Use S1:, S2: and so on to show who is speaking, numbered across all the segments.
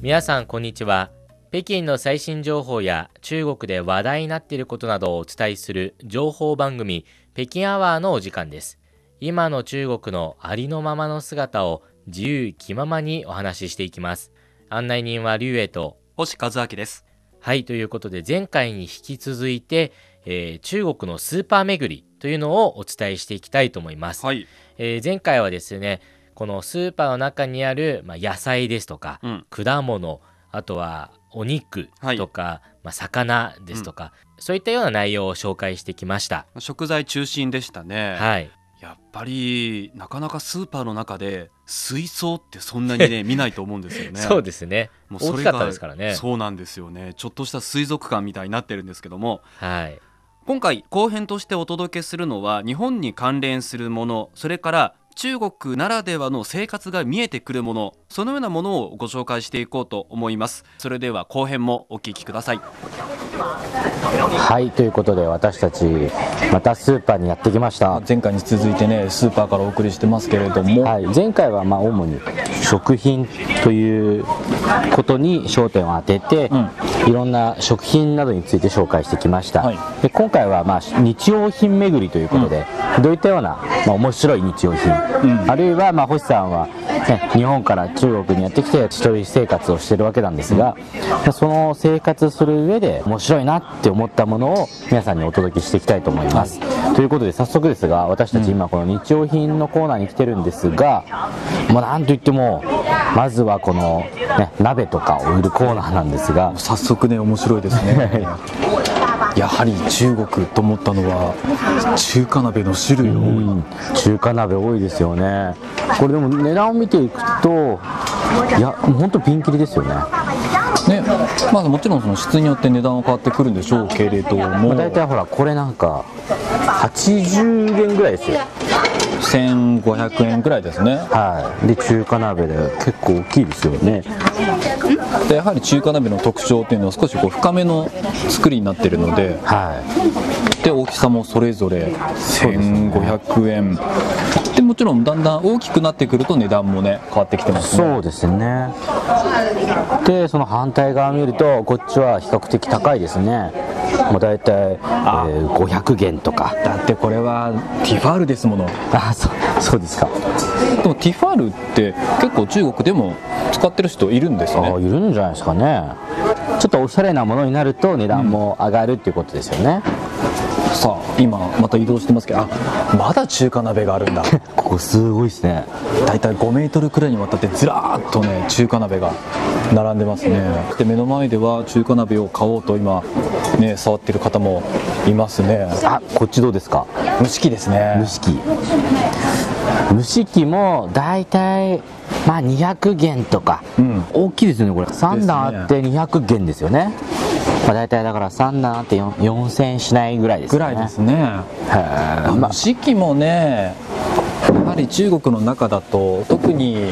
S1: 皆さんこんにちは北京の最新情報や中国で話題になっていることなどをお伝えする情報番組北京アワーのお時間です今の中国のありのままの姿を自由気ままにお話ししていきます案内人は劉英と
S2: 星和明です。
S1: はいということで前回に引き続いて、えー中国のスーパー巡りというのをお伝えしていきたいと思います、
S2: はい。
S1: えー前回はですねこのスーパーの中にある、まあ、野菜ですとか、
S2: うん。
S1: 果物あとはお肉とか、まあ、魚ですとか、そういったような内容を紹介してきました。
S2: 食材中心でしたね。
S1: はい、
S2: やっぱりなかなかスーパーの中で水槽ってそんな にね見ないと思うんですよね。
S1: そうですね
S2: もう
S1: 大
S2: そ
S1: き
S2: れ
S1: か
S2: が
S1: ったですからね
S2: そうなんですよね。ちょっとした水族館みたいになってるんですけども、
S1: はい
S2: 今回後編としてお届けするのは日本に関連するもの、それから中国ならではの生活が見えてくるもの、そのようなものをご紹介していこうと思います。それでは後編もお聞きください。
S1: はいということで私たちまたスーパーにやってきました、
S3: 前回に続いてねスーパーからお送りしてますけれども、
S1: はい、前回はまあ主に食品ということに焦点を当てて、いろんな食品などについて紹介してきました、
S3: はい
S1: で今回はまあ日用品巡りということで、どういったような、まあ、面白い日用品、あるいはまあ星さんは、ね、日本から中国にやってきて一人生活をしてるわけなんですが、その生活する上で面白いなって思ったものを皆さんにお届けしていきたいと思います、ということで早速ですが私たち今この日用品のコーナーに来てるんですが、もうなんといってもまずはこの、ね、鍋とかを売るコーナーなんですが
S3: 早速ね面白いですね やはり中国と思ったのは中華鍋の種類を
S1: うん中華鍋多いですよねこれでも値段を見ていくといやもう本当ピンキリですよね、ま
S3: ねまあもちろんその質によって値段は変わってくるんでしょうけれども
S1: あ、大体ほらこれなんか80円ぐらいですよ
S3: 1500円ぐらいですね
S1: はいで中華鍋で結構大きいですよね
S3: でやはり中華鍋の特徴っていうのは少しこう深めの作りになってるので
S1: はい
S3: で大きさもそれぞれ1500円でもちろんだんだん大きくなってくると値段もね変わってきてますね
S1: そうですねでその反対側見るとこっちは比較的高いですねもう大体、えー、500元とか
S3: だってこれはティファールですもの
S1: あそうそうですか
S3: でもティファールって結構中国でも使ってる人いるんです
S1: ああ
S3: ね
S1: いるんじゃないですかねちょっとおしゃれなものになると値段も上がるっていうことですよね、
S3: さあ今また移動してますけどあまだ中華鍋があるんだ
S1: ここすごいですね
S3: だいたい5メートルくらいにわたってずらーっとね中華鍋が並んでますねで目の前では中華鍋を買おうと今ね触ってる方もいますね
S1: あこっちどうですか
S3: 蒸し器ですね
S1: 蒸し器蒸し器も大体まあ200元とか、
S3: うん
S1: 大きいですよねこれ3段あって200元ですよねまあ、大体だから3段あって4 4000円しないぐらいです
S3: ぐ
S1: よね
S3: らいですね
S1: へーま
S3: 蒸し器もねやはり中国の中だと特に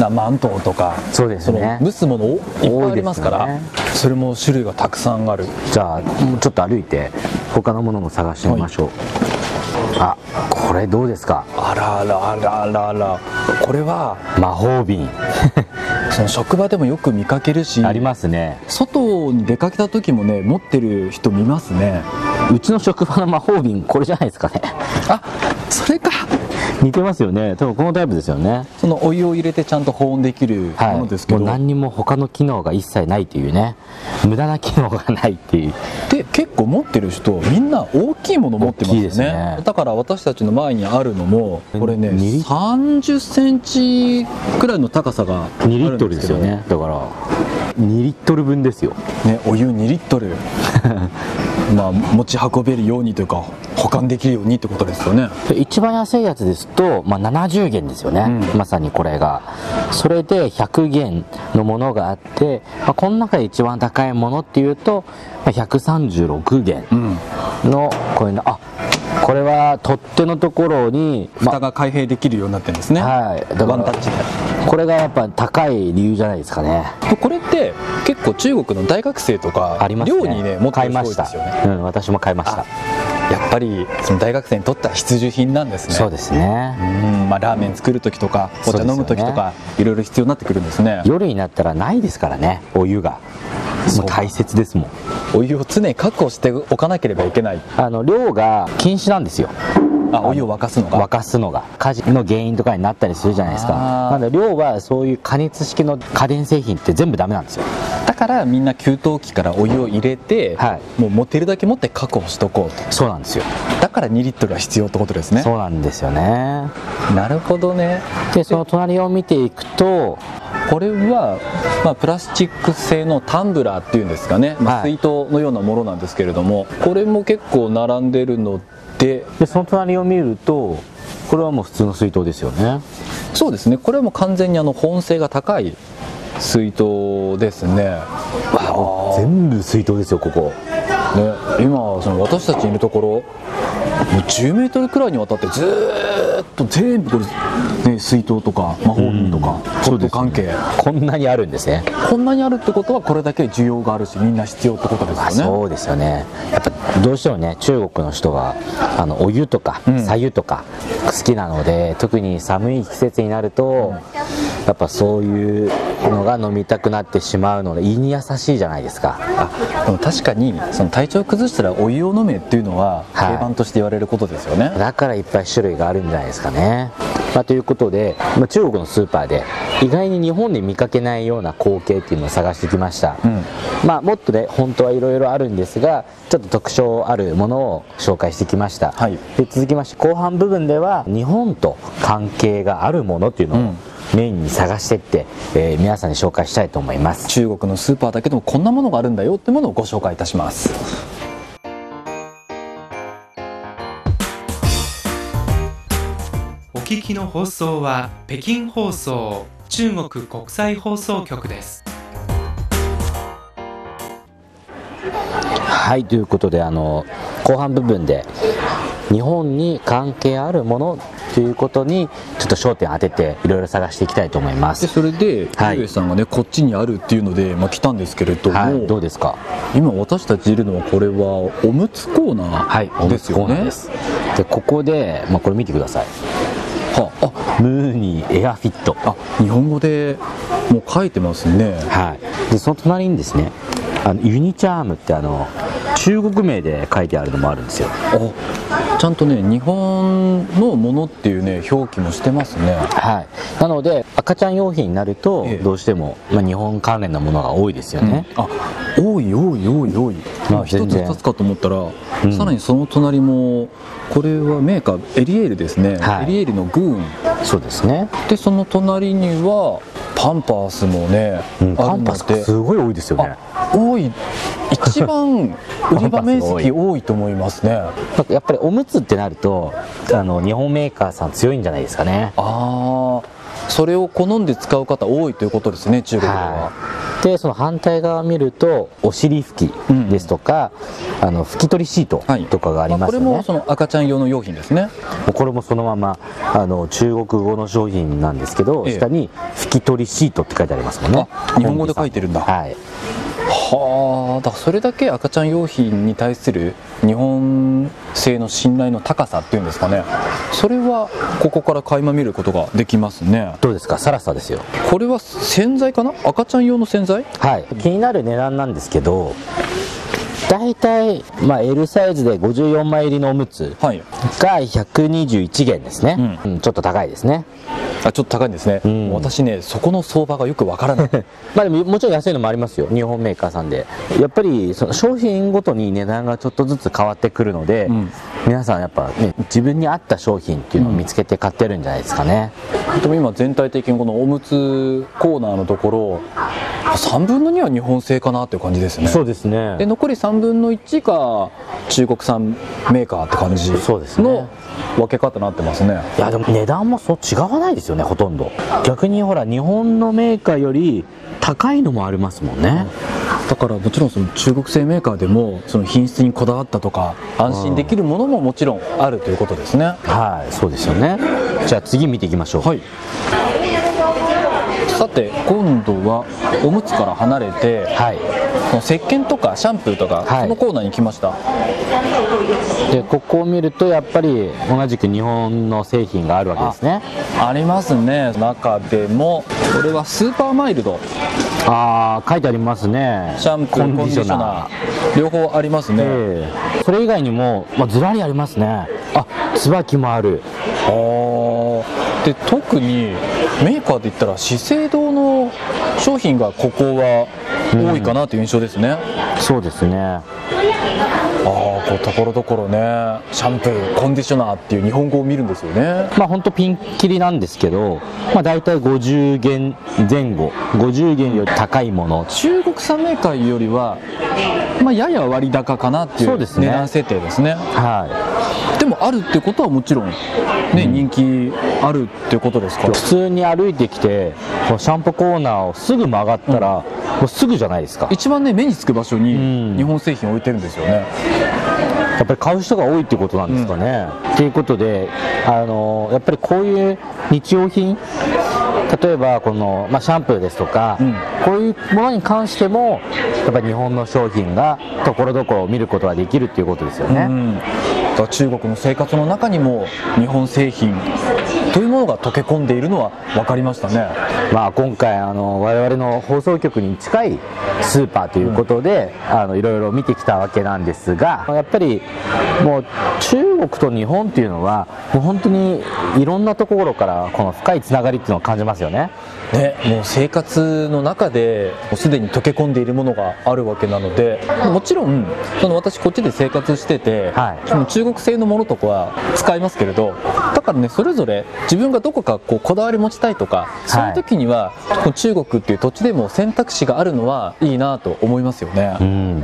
S3: なマントウとか
S1: そうですね
S3: の蒸すものいっぱいありますから
S1: 多いです
S3: それも種類がたくさんある
S1: あじゃあもうちょっと歩いて他のものも探してみましょう、あこれどうですか
S3: あらあらあらあらあらこれは
S1: 魔法瓶
S3: その職場でもよく見かけるし
S1: ありますね
S3: 外に出かけた時もね持ってる人見ますね
S1: うちの職場の魔法瓶これじゃないですかね
S3: あそれか
S1: 似てますよね多分このタイプですよね
S3: そのお湯を入れてちゃんと保温できるも
S1: はい
S3: のですけど、
S1: もう何にも他の機能が一切ないというね無駄な機能がないっていう
S3: で結構持ってる人みんな大きいもの持ってます
S1: 大きい
S3: よ
S1: です
S3: ね
S1: ね
S3: だから私たちの前にあるのもこれね
S1: にリ
S3: 3 0ンチくらいの高さがあ
S1: 2リ
S3: る
S1: ッ
S3: ん
S1: トル
S3: で
S1: ですす
S3: け
S1: よ
S3: ど
S1: ねだから2リットル分ですよ
S3: ねお湯2リット ルまあ持ち運べるようにというか保管できるようにってことですよね
S1: で一番安いやつですと、まあ、70元ですよね、まさにこれがそれで100元のものがあって、まあ、この中で一番高いものっていうと、まあ、136元のこういうのあこれは取っ手のところに、まあ
S3: 蓋が開閉できるようになってるんですね
S1: はいだから
S3: ワンタッチで
S1: これがやっぱ高い理由じゃないですかね
S3: でこれって結構中国の大学生とか
S1: ありますね
S3: 寮にね持って
S1: 買
S3: る
S1: い
S3: 人
S1: ま
S3: 多い
S1: し
S3: で
S1: た
S3: すよね
S1: うん私も買いました
S3: やっぱりその大学生にとった必需品なんですね
S1: そうですね
S3: うんまあ、ラーメン作る時とかお茶飲む時とか、いろいろ必要になってくるんですね
S1: 夜になったらないですからねお湯がもう大切ですもん
S3: お湯を常に確保しておかなければいけない
S1: あの量が禁止なんですよ
S3: あお湯を沸かすの
S1: 沸
S3: が
S1: かすのが火事の原因とかになったりするじゃないですか
S3: あー
S1: なので量はそういう加熱式の家電製品って全部ダメなんですよ
S3: だからみんな給湯器からお湯を入れて、
S1: はい
S3: もう持てるだけ持って確保しとこうと
S1: そうなんですよ、
S3: だから2リットルは必要ってことですね
S1: そうなんですよね
S3: なるほどね
S1: でその隣を見ていくと
S3: これは、まあ、プラスチック製のタンブラーっていうんですかね、まあ
S1: はい
S3: 水筒のようなものなんですけれどもこれも結構並んでるので
S1: でその隣を見るとこれはもう普通の水筒ですよね
S3: そうですねこれはもう完全にあの保温性が高い水筒ですね
S1: 全部水筒ですよここ
S3: ね、今その私たちいるところもう10メートルくらいにわたってずーっと全部これ、ね、水筒とか魔法瓶とか、ポット関係、
S1: こんなにあるんですね
S3: こんなにあるってことはこれだけ需要があるしみんな必要ってことですよ
S1: あ
S3: ね
S1: そうですよねやっぱどうしてもね中国の人はあのお湯とか
S3: ん
S1: 白湯とか好きなので、特に寒い季節になると、やっぱそういうのが飲みたくなってしまうので胃に優しいじゃないですか
S3: あでも確かにその体調崩したらお湯を飲めっていうのは
S1: はい
S3: 定番として言われることですよね、
S1: だからいっぱい種類があるんじゃないですかね、まあ、ということで、まあ、中国のスーパーで意外に日本で見かけないような光景っていうのを探してきました、
S3: うん
S1: まあ、もっとね本当はいろいろあるんですがちょっと特徴あるものを紹介してきました、
S3: はい
S1: で続きまして後半部分では日本と関係があるものっていうのをメインに探していって、えー皆さんに紹介したいと思います
S3: 中国のスーパーだけでもこんなものがあるんだよってものをご紹介いたします
S4: お聞きの放送は北京放送中国国際放送局です。
S1: はいということであの後半部分で日本に関係あるものということにちょっと焦点当てていろいろ探していきたいと思いま。
S3: ですそれで
S1: はい
S3: 井上さんがねこっちにあるっていうので、まあ、来たんですけれども、
S1: はい、どうですか。
S3: 今私たちいるのはこれはおむつコーナ
S1: はい、
S3: ーですよ
S1: コーナー
S3: ね
S1: です。で、ここで、まあ、これ見てください。
S3: は
S1: ムーニーエアフィット。
S3: ああ日本語でもう書いてますね
S1: はい。で、その隣にですね、あのユニチャームってあの中国名で書いてあるのもあるんですよ。
S3: あちゃんとね日本のものっていうね表記もしてますね
S1: はい、なので赤ちゃん用品になると
S3: ええ
S1: どうしても、まあ、日本関連のものが多いですよね、
S3: あ多い多い多い多い
S1: まあ
S3: 一
S1: 全
S3: つ
S1: 然
S3: 二つかと思ったら、
S1: うん
S3: さらにその隣もこれはメーカーエリエールですね、
S1: はい
S3: エリエールのグーン
S1: そうですね
S3: でその隣にはパンパースもね、
S1: うん
S3: あ
S1: カ
S3: る
S1: ン
S3: の
S1: パスがす
S3: で
S1: ごい多いですよね
S3: あ多い一 番売り場面積多いと思いますね
S1: なんかやっぱりおむつってなるとあの日本メーカーさん強いんじゃないですかね
S3: ああそれを好んで使う方多いということですね中国では、
S1: はいでその反対側を見るとお尻拭きですとか、あの拭き取りシート
S3: はい
S1: とかがありますよね、
S3: これもその赤ちゃん用の用品ですね
S1: もうこれもそのままあの中国語の商品なんですけど、
S3: ええ
S1: 下に拭き取りシートって書いてありますもんね
S3: あ日本語で書いてるんだ
S1: はい
S3: はあだからそれだけ赤ちゃん用品に対する日本製の信頼の高さっていうんですかねそれはここから垣間見ることができますね
S1: どうですかサラサですよ
S3: これは洗剤かな赤ちゃん用の洗剤
S1: はい、気になる値段なんですけど大体、まあ、L サイズで54枚入りのおむつが
S3: はい
S1: 121元ですね、うんちょっと高いですね
S3: あちょっと高いんですね、
S1: ん
S3: 私ねそこの相場がよくわからない
S1: まあでももちろん安いのもありますよ日本メーカーさんでやっぱりその商品ごとに値段がちょっとずつ変わってくるので、
S3: ん
S1: 皆さんやっぱね自分に合った商品っていうのを見つけて買ってるんじゃないですかね、
S3: でも今全体的にこのおむつコーナーのところ3分の2は日本製かなっていう感じですね
S1: うですね
S3: で残り3分の1が中国産メーカーって感じ
S1: そうですね
S3: の分け方になってますね
S1: いやでも値段もそう違わないですよねほとんど逆にほら日本のメーカーより高いのもありますもんね、
S3: だからもちろんその中国製メーカーでもその品質にこだわったとか安心できるものももちろんあるということですね、
S1: はい、そうですよね。じゃあ次見ていきましょう。
S3: はいさて今度はおむつから離れて
S1: はい。
S3: その石鹸とかシャンプーとか、
S1: はい
S3: そのコーナーに来ました
S1: でここを見るとやっぱり同じく日本の製品があるわけですね
S3: ありますね中でもこれはスーパーマイルド
S1: ああー書いてありますね
S3: シャンプーコンディショナー両方ありますね、
S1: ええそれ以外にも、まあ、ずらりありますねあ椿もある
S3: ああで特にメーカーで言ったら資生堂の商品がここは多いかなという印象ですね、あ
S1: そうですね
S3: あこうところどころねシャンプーコンディショナーっていう日本語を見るんですよね
S1: まあ本当ピンキリなんですけど、まあ、大体50元前後50元より高いもの
S3: 中国産メーカーよりは、まあ、やや割高かなってい
S1: そううですね
S3: 値段設定ですね
S1: は
S3: でもあるってことはもちろん、ね人気あるってことですか
S1: い
S3: ら
S1: 普通に歩いてきてこうシャンプーコーナーをすぐ曲がったら、もうすぐじゃないですか
S3: 一番ね目につく場所
S1: う
S3: に
S1: ん
S3: 日本製品置いてるんですよね、
S1: やっぱり買う人が多いってことなんですかね。っていうことで、あのやっぱりこういう日用品、例えばこの、まあ、シャンプーですとか、
S3: うん
S1: こういうものに関しても、やっぱり日本の商品がところどころ見ることができるっていうことですよね。
S3: うん、だから中国の生活の中にも日本製品というものが溶け込んでいるのは分かりましたね
S1: まあ、今回あの我々の放送局に近いスーパーということで、あのいろいろ見てきたわけなんですがやっぱりもう中国と日本っていうのはもう本当にいろんなところからこの深いつながりっていうのを感じますよね。
S3: ね、もう生活の中でもうすでに溶け込んでいるものがあるわけなのでもちろんその私こっちで生活してて、
S1: はい
S3: その中国製のものとかは使いますけれどだからねそれぞれ自分がどこかこうこだわり持ちたいとかそういう時には、この中国っていう土地でも選択肢があるのはいいなと思いますよね。
S1: うん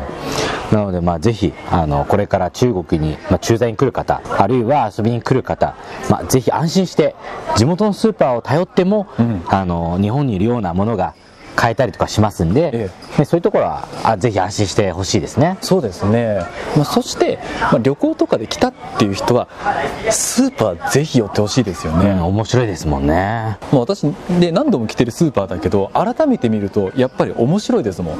S1: なので、まあ、ぜひあのこれから中国に、まあ、駐在に来る方あるいは遊びに来る方、まあ、ぜひ安心して地元のスーパーを頼っても、
S3: うん
S1: あの日本にいるようなものが買えたりとかしますんで、
S3: え
S1: ねそういうところはあぜひ安心してほしいですね。
S3: そうですね、まあ、そして、まあ、旅行とかで来たっていう人はスーパーぜひ寄ってほしいですよ
S1: う
S3: ね、
S1: ん、面白いですもんね。
S3: もう私で何度も来てるスーパーだけど改めて見るとやっぱり面白いですもん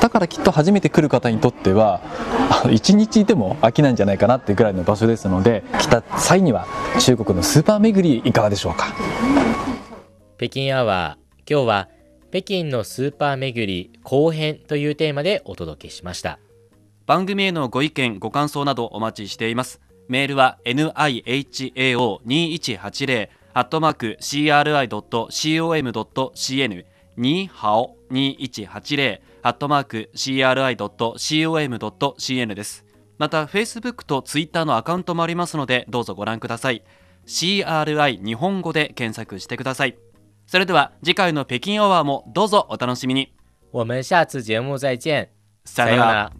S3: だからきっと初めて来る方にとってはあの一日いても飽きないんじゃないかなっていうぐらいの場所ですので来た際には中国のスーパー巡りいかがでしょうか
S5: 北京アワー今日は北京のスーパー巡り後編というテーマでお届けしました
S2: 番組へのご意見ご感想などお待ちしていますメールは nihao2180 アットマーク cri.com.cn にハオ2180アットマーク cri.com.cn ですまた Facebook と Twitter のアカウントもありますのでどうぞご覧ください CRI 日本語で検索してくださいそれでは次回の北京アワーもどうぞお楽しみに
S5: 我们下次节目再见
S2: さようなら